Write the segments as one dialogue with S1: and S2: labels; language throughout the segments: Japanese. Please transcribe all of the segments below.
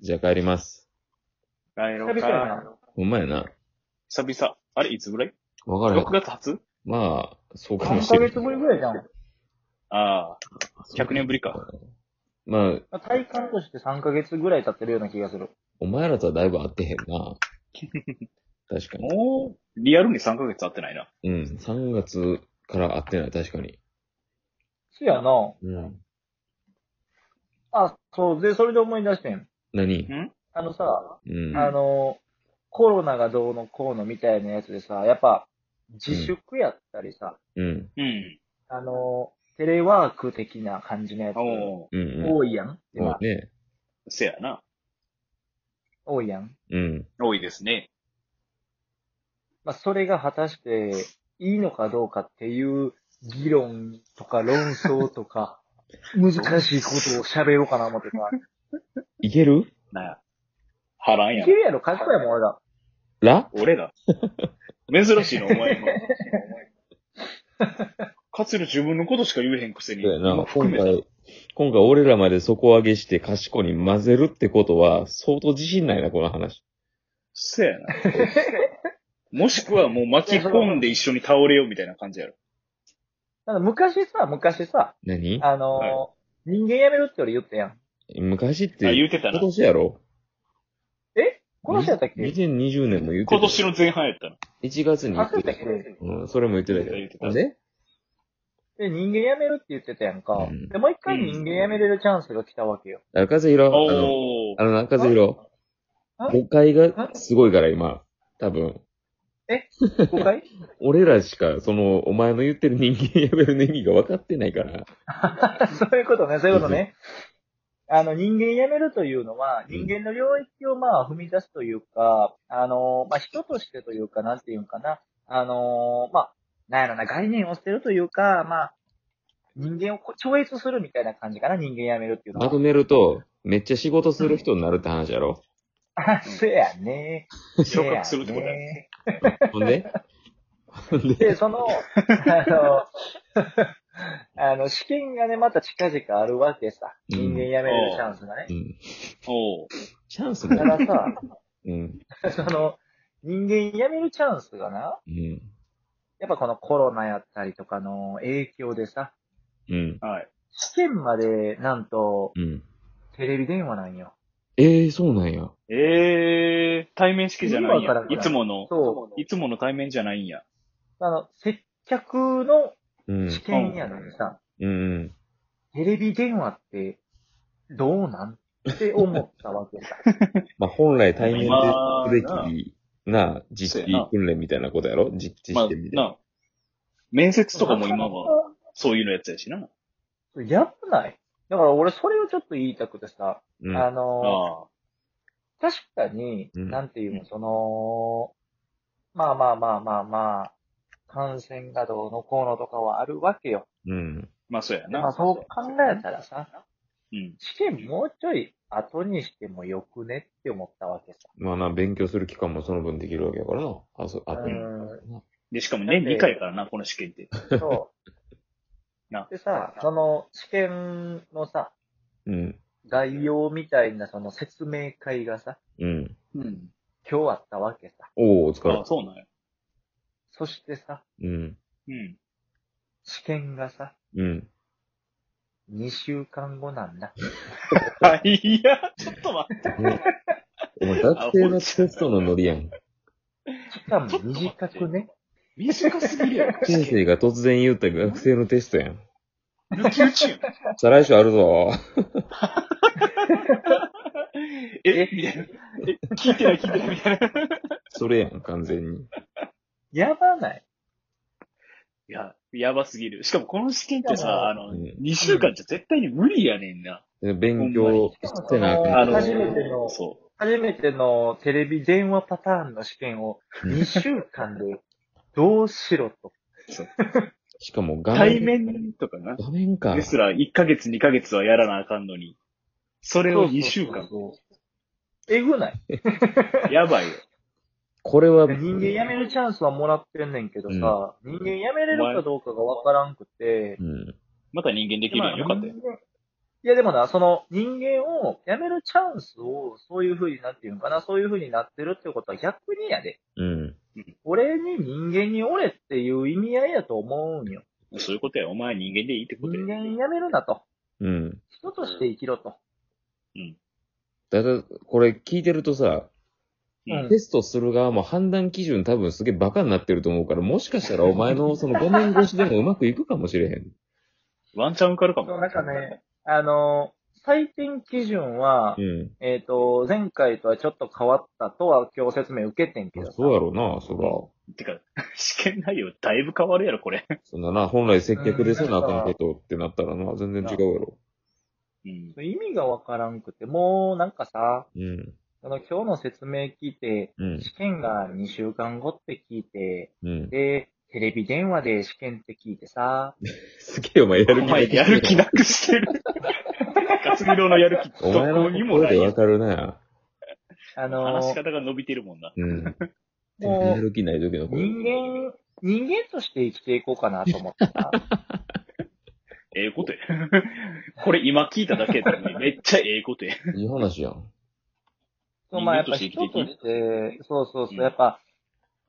S1: じゃあ帰ります。
S2: 帰ろう
S3: 久々や
S2: か。
S3: な。
S1: ほんまやな。
S2: 久々。あれいつぐらい
S1: わからへん
S2: ?6。月初
S1: まあ、そうかも
S3: 3
S1: しれ
S3: ヶ
S1: ん
S3: 月ぶりぐらいじゃん。
S2: ああ、100年ぶりか。
S1: まあ、
S3: 体感として3ヶ月ぐらい経ってるような気がする。
S1: お前らとはだいぶ会ってへん な。確かに。
S2: もう、リアルに3ヶ月会ってないな。
S1: うん。3月から会ってない、確かに。
S3: そやな。
S1: うん。
S3: あ、そう。で、それで思い出してん。
S1: 何
S3: あのさ、
S1: うん。
S3: あの、コロナがどうのこうのみたいなやつでさ、やっぱ、自粛やったりさ、
S1: うん。
S2: うん。
S3: あの、テレワーク的な感じのやつ、
S2: おお、
S1: うん。うん。
S3: 多いやん。
S1: そ
S3: 今
S1: うね。
S2: せやな。
S3: 多いやん。
S1: うん。
S2: 多いですね。
S3: まあ、それが果たしていいのかどうかっていう議論とか論争 とか、難しいことを喋ろうかな思ってさ。
S1: いける
S2: なや。波乱
S3: い
S2: や
S3: け
S2: な。
S3: るやろ、かっこやもん、俺ら。
S1: ら
S2: 俺ら。珍しいな、お前も。かつる自分のことしか言えへんくせに。
S1: そうやな。
S2: 今
S1: 今
S2: 含めて
S1: 回、今回俺らまで底上げして賢に混ぜるってことは、相当自信ないな、この話。
S2: せやな。もしくはもう巻き込んで一緒に倒れようみたいな感じやろ。
S3: なんか昔さ、昔さ、
S1: 何
S3: あのー
S2: は
S3: 人間やめるって俺言ったやん。
S1: 昔っ
S2: あ、
S1: て、
S2: 言うてた
S1: 今
S2: な。
S1: 年やろ
S3: この人やったっけ
S1: ?2020 年も言うて
S2: 今
S1: た。
S2: 年の前半やったな。
S1: 1月に言
S3: あ、
S1: っ
S3: そう
S1: て
S3: やった
S1: た
S3: っ。け
S1: うん、それも言ってた
S2: 言っ
S1: け
S2: て
S1: ど。
S2: た言
S1: ん
S2: って
S1: で
S3: で、人間やめるって言ってたやんか。
S1: うん
S3: で、もう一回人間やめれるチャンスが来たわけよ。
S1: あ、風広、あの、
S2: おお。
S1: あのな、風広
S3: あ、
S1: 誤解がすごいから今、多分。
S3: 5回
S1: 俺らしか、その、お前の言ってる人間やめるの意味が分かってないから。
S3: そういうことね、そういうことね。あの、人間やめるというのは、
S1: うん
S3: 人間の領域をまあ踏み出すというか、あの、まあ人としてというか、なんていうんかな。あの、まあ、なんやろな、概念を捨てるというか、まあ、人間をこう超越するみたいな感じかな、人間やめるっていうの
S1: ま
S3: は
S1: と。めると、めっちゃ仕事する人になるって話や ろ。
S3: あ、そうやね。
S2: 昇格するってことや
S3: せやね。
S1: ほんでほんで
S3: で、その、あの、あ の、試験がね、また近々あるわけさ。
S1: うん
S3: 人間やめれるチャンスがね
S1: う。ん。
S2: おお。
S1: チャンス
S3: た
S1: も。
S3: ださ、
S1: うん。
S3: その、人間やめるチャンスがな、
S1: うん。
S3: やっぱこのコロナやったりとかの影響でさ、
S1: うん。
S2: はい。
S3: 試験まで、なんと、
S1: うん。
S3: テレビ電話なんよ。
S1: ええー、そうなんや。
S2: ええー、対面式じゃないん
S3: 今か
S2: や
S3: ら。か
S2: いつもの、
S3: そ
S2: いつもの対面じゃないんや。
S3: う。あの、接客の
S1: うん。
S3: 試験やのにさ、
S1: うん。
S3: テレビ電話って、どうなんって思ったわけさ。
S1: まあ、本来対面です
S2: まあ
S1: べきな実
S2: そうやな
S1: 技訓練みたいなことやろ実地
S2: ま
S1: し
S2: あ
S1: てみ、て。
S2: な、面接とかも今は、そういうのやつやしな。
S3: やばない。だから俺それをちょっと言いたくてさ、
S1: うん。
S3: あ
S2: ああ。
S3: の、確かに、
S1: うん
S3: なんていう
S2: う
S3: の、
S2: ん
S3: その、まあまあまあまあまあ、感染がどうのこうのとかはあるわけよ。
S1: うん。
S2: まあ、そうやな。
S3: まあそう考えたらさ、
S2: うん。
S3: 試験もうちょい後にしてもよくねって思ったわけさ。
S1: まあな、勉強する期間もその分できるわけやからな。あ、そう、あと
S3: う
S1: に。
S3: ん、
S2: で、しかも年2回やからな、この試験って。
S3: そ
S2: な
S3: う。でさ、その試験のさ、
S1: うん。
S3: 概要みたいなその説明会がさ、
S1: うん。
S2: うん。
S3: 今日あったわけさ。
S1: おお、お疲
S2: あ
S1: れ
S2: あ、。そうなんや。
S3: そしてさ、
S1: うん。
S2: うん。
S3: 試験がさ、
S1: うん。
S3: 2週間後なんだ。
S2: はい、いや、ちょっと待って。
S1: お前、学生のテストのノリやん。
S3: 期間も短くね。
S2: 短すぎるやろ。
S1: 先生が突然言った学生のテストやん。
S2: 抜き打ちやん。
S1: 再来週あるぞ。
S2: え、みたいな。え、聞いてない、聞いてない、みたいな。い
S1: それやん、完全に。
S3: やばない。
S2: や、やばすぎる。しかもこの試験って
S3: いや
S2: さ、あの、
S1: うん
S2: 2週間じゃ絶対に無理やねんな。
S1: 勉強してなあ
S3: うん
S1: か
S2: あ
S1: ん。
S2: の、
S3: 初めての
S2: そう。
S3: 初めてのテレビ電話パターンの試験を2週間でどうしろと。
S1: しかも画
S2: 対
S1: 面、
S2: 面とかな。
S1: 画面か
S2: で。すら1ヶ月2ヶ月はやらなあかんのに。それを2週間。
S3: えぐない。
S2: やばいよ。
S1: これは、
S3: 人間辞めるチャンスはもらってんねんけどさ、人間辞めれるかどうかがわからんくて、
S1: うん。
S2: また人間できるよ。よかったよ。
S3: いやでもな、その人間を辞めるチャンスを、そういう風になっていうんかな、そういう風になってるってことは逆にやで。
S1: うん。
S3: 俺に人間におれっていう意味合いやと思うんよ。
S2: そういうことや。お前人間でいいってことや。
S3: 人間辞めるなと。
S1: うん。
S3: 人として生きろと。
S1: ただ、これ聞いてるとさ、
S2: う
S3: うん。
S1: テストする側も判断基準多分すげえバカになってると思うから、もしかしたらお前のその画面越しでもうまくいくかもしれへん。
S2: ワンチャン受かるかも。
S3: そうなんかね、あの、採点基準は、
S1: うん。
S3: えっ、と、前回とはちょっと変わったとは今日説明受けてんけどさ。
S1: そうやろうな、そ
S2: てか、試験内容だいぶ変わるやろ、これ。
S1: ら。そんなな、本来接客でせなあかんことってなったらな、全然違うやろ。
S2: うん。
S3: 意味がわからんくて、もうなんかさ、
S1: うん。
S3: その今日の説明聞いて、
S1: うん。
S3: 試験が2週間後って聞いて、
S1: うん。
S3: で、テレビ電話で試験って聞いてさ、
S1: すげえお前や
S2: お
S1: る気な
S2: 前
S1: い
S2: やる気なくしてる。 勝弘のやる気、
S1: お
S2: ど
S1: 前
S2: こ
S1: の
S2: にもな
S1: 声
S2: い
S1: で
S2: や
S1: わ
S2: ん。
S1: かるな。
S3: あの
S2: 話し、方が伸びてるもんな。
S1: うん。 全然
S3: も
S1: やる気ない時の
S3: う、
S1: 声。
S3: 人間、人間として生きていこうかなと思っ てさ。
S2: ええことや。 これ今聞いただけやったのに、めっちゃええことや。
S1: いい話やん。
S3: そう、まあやっぱ人
S2: 人間
S3: と
S2: と
S3: し、
S2: して
S3: そうそうそう、
S2: うん
S3: やっぱ、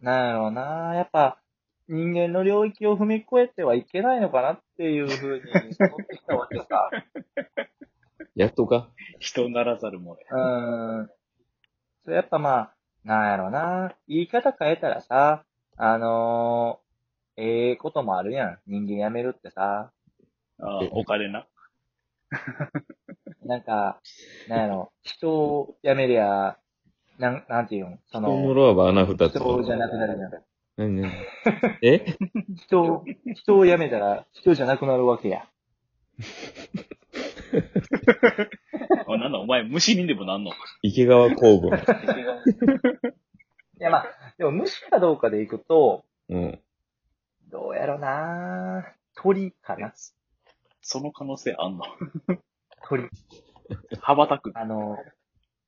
S3: なんやろうな、やっぱ、人間の領域を踏み越えてはいけないのかなっていうふうに思ってきたわけ さ。
S1: やっとか。
S2: 人ならざるも
S3: うーん。それやっぱまあ、なんやろうな、言い方変えたらさ、あのー、ええこともあるやん。人間辞めるってさ。
S2: のああお金な。
S3: なんか、なんやろ、人を辞めりゃ、なん、なんていうん、そ
S1: 人の
S3: の、
S1: ロアバ穴二つ。
S3: 人じゃなくなるやん。
S1: 何 何え
S3: 人を、人を辞めたら人じゃなくなるわけや。
S2: あ、なんだ、お前虫にでもなんの
S1: 池川公文。
S3: いやまあ、でも無視かどうかでいくと、
S1: うん。
S3: どうやろな鳥かな
S2: その可能性あんの
S3: 鳥。
S2: 羽ばたく。
S3: あの、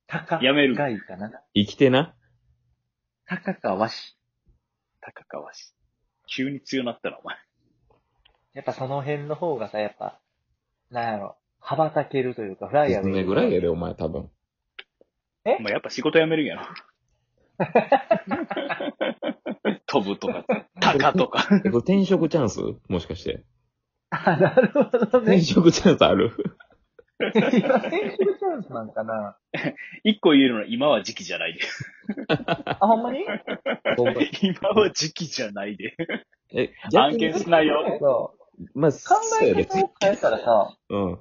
S3: 鷹。
S2: やめる
S3: 貝かな
S1: 生きてな。
S3: 鷹かワシ。
S2: 高川氏。急に強なったら、お前。
S3: やっぱその辺の方がさ、やっぱ、なんやろ、羽ばたけるというか、フライヤ
S1: 説
S3: ー
S1: 明ぐらいやで、お前多分。
S2: お前やっぱ仕事辞めるんやろ。飛ぶとか、鷹とか。
S1: えこれ転職チャンスもしかして。
S3: あ、なるほど
S1: 転
S3: ね。
S1: 職チャンスある
S3: 今、転職チャンスなんかな。
S2: 一個言えるのは今は時期じゃないで。
S3: あ、ほんまに
S1: ほんま
S2: 今は時期じゃないで。
S1: え、
S2: 案件
S1: 逆
S2: し
S1: に
S2: ない
S3: そう
S2: よ。
S3: そう
S1: まあ、
S3: 考
S1: そうや
S3: え
S1: で。
S3: 方を変えたらさ、
S1: うん。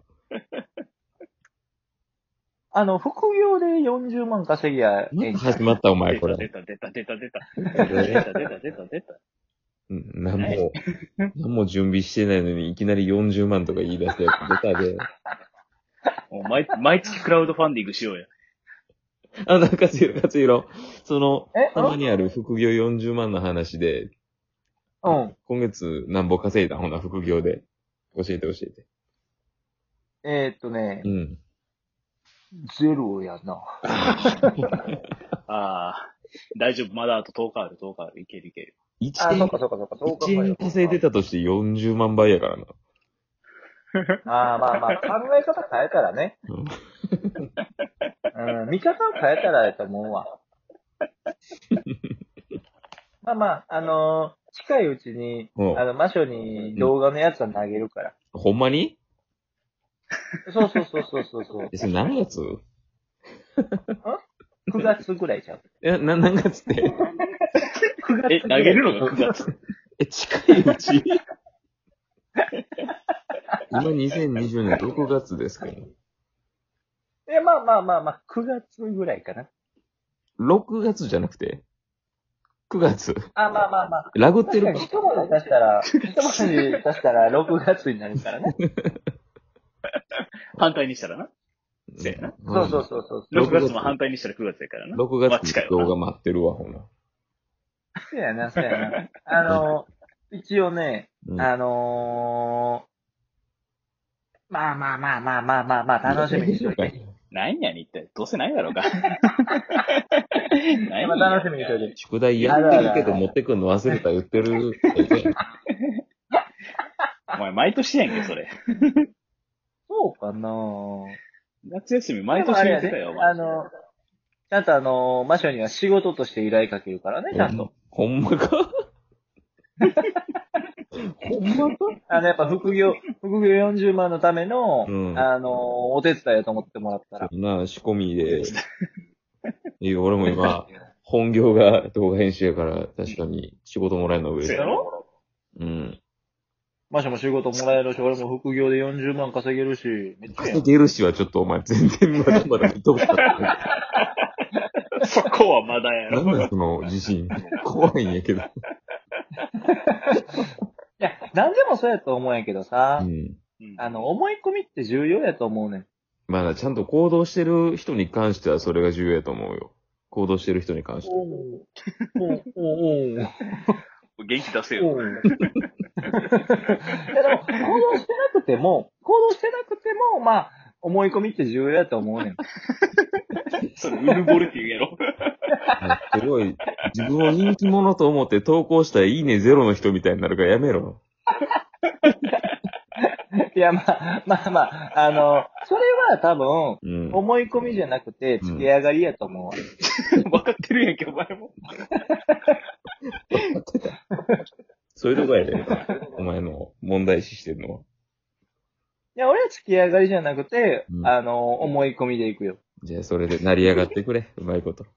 S3: あの、副業で40万稼ぎやええ
S1: ま
S3: ん
S1: た
S3: ちゃう
S1: 始まった、お前、
S2: 出
S1: こ
S2: た出
S1: れ。
S2: た出た出た出た。出
S1: うん
S2: た出た出た出た。
S1: 何も、何も準備してないのに、いきなり40万とか言い出して、出た で。
S2: もう毎毎月クラウドファンディングしようや。
S1: あ、なんかつゆろ、かつゆろ。その
S3: え、
S1: たまにある副業40万の話で、
S3: うん。
S1: 今月なんぼ稼いだほな、副業で。教えて教えて。
S3: えーっとね
S1: う、ん。
S3: ゼロやな。
S2: ああ、大丈夫。まだあと10日ある、10日ある。いけるいける。
S1: 一
S3: あ、そう
S1: 年
S3: か、そうか、そうか、そうか。
S1: 一年稼いでたとして40万倍やからな。
S3: ああ、まあまあ、考え方変えたらね。
S1: うん
S3: うん、見方を変えたらやと思うわ。まあまあ、あのー近いうちに、
S1: うん
S3: あの、魔女に動画のやつは投げるから。
S1: ほんまに
S3: そうそうそうそうそうそう。
S1: え、それ何月
S3: 9月ぐらいじゃん。
S1: え、な、何月って。
S2: え、投げるのが9月。
S1: え、近いうち 今2020年6月ですけど。
S3: え、まあまあまあまあ、9月ぐらいかな。
S1: 6月じゃなくて ?9 月。
S3: あ、まあまあまあ。
S1: ラグって
S3: 確か
S1: る
S3: に
S1: か
S3: 一文字出したら、一文字出したら6月になるからね。
S2: 反対にしたらな。せやな
S3: そうそうそうそう。
S1: 六
S2: 6
S1: 月
S2: 月も反対にしたら9月やからな。
S1: 6
S2: まあ
S1: 月
S2: 近い
S1: に
S2: わ
S1: 動画
S2: な。
S1: 待ってるわ、ほな。
S3: そうやな、そうやな。あの、一応ね、
S1: うん
S3: あのー、まあまあまあまあまあまあまあ、楽しみにしと いて。
S2: 何やにって、どうせないやろうか。何
S3: まあ楽しみにしといて。
S1: 宿題やってるけど持ってくんの忘れた言ってる。
S2: お前毎年やんけ、それ。
S3: そそうかな
S2: 夏休み毎年やってたよ、
S3: あの、ちゃんとあの、魔女には仕事として依頼かけるからね、ちゃんと。
S1: ほんま かほんまか
S3: あの、やっぱ副業、副業40万のための、
S1: うん
S3: あの、お手伝いだと思ってもらったら。
S1: そんな仕込みで。いや、俺も今、本業が動画編集やから、確かに仕事もらえるのは嬉しい
S2: そうや。ろ
S1: うん。
S3: マショも仕事もらえるし、俺も副業で40万稼げるし、めっちゃいいや
S1: 稼
S3: ん
S1: げるしはちょっとお前全然まだまだ認めた。
S2: そこはまだや
S1: な
S2: ろ。
S1: んだその自信。怖いんやけど。
S3: いや、何でもそうやと思うんやけどさ、
S1: うん。
S2: うん
S3: あの、思い込みって重要やと思うねん。
S1: まだちゃんと行動してる人に関してはそれが重要やと思うよ。行動してる人に関して。
S3: おうおうおう
S2: 元気出せ
S3: お
S2: よ。
S3: ういやでも、行動してなくても、行動してなくても、まあ、思い込みって重要やと思うねん。
S2: それ、ウルボルって言うやろ。
S1: すごい、自分を人気者と思って投稿したらいいねゼロの人みたいになるからやめろ。
S3: いや、まあ、まあまあ、あの、それは多分、
S1: うん。
S3: 思い込みじゃなくて、付け上がりやと思うわ。
S2: 分かってるやんけ、お前も。
S1: そういうとこやで。お前の問題視してるのは。
S3: いや、俺は付け上がりじゃなくて、
S1: うん
S3: あの、思い込みでいくよ。
S1: じゃあそれで成り上がってくれ。う まいこと。
S3: そ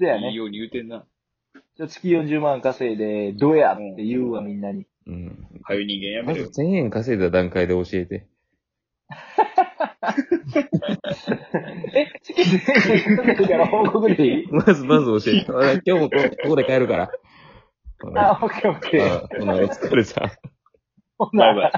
S3: うや
S2: いい
S3: ね。
S2: ように言うてんな。
S3: ちょ月40万稼いで、どうやって言うわ、みんなに。
S1: うん。
S2: はいう人間や
S1: ま
S2: め
S1: ず
S2: る。
S1: 1000円稼いだ段階で教えて。
S3: え、月1000円稼 いだから報告でい い
S1: まずまず教えて。あ今日もこここで帰るから。
S3: あ、オッケーオッケー。
S1: あ、お疲れさん。
S3: ほ
S2: バ
S3: な
S2: イバイ。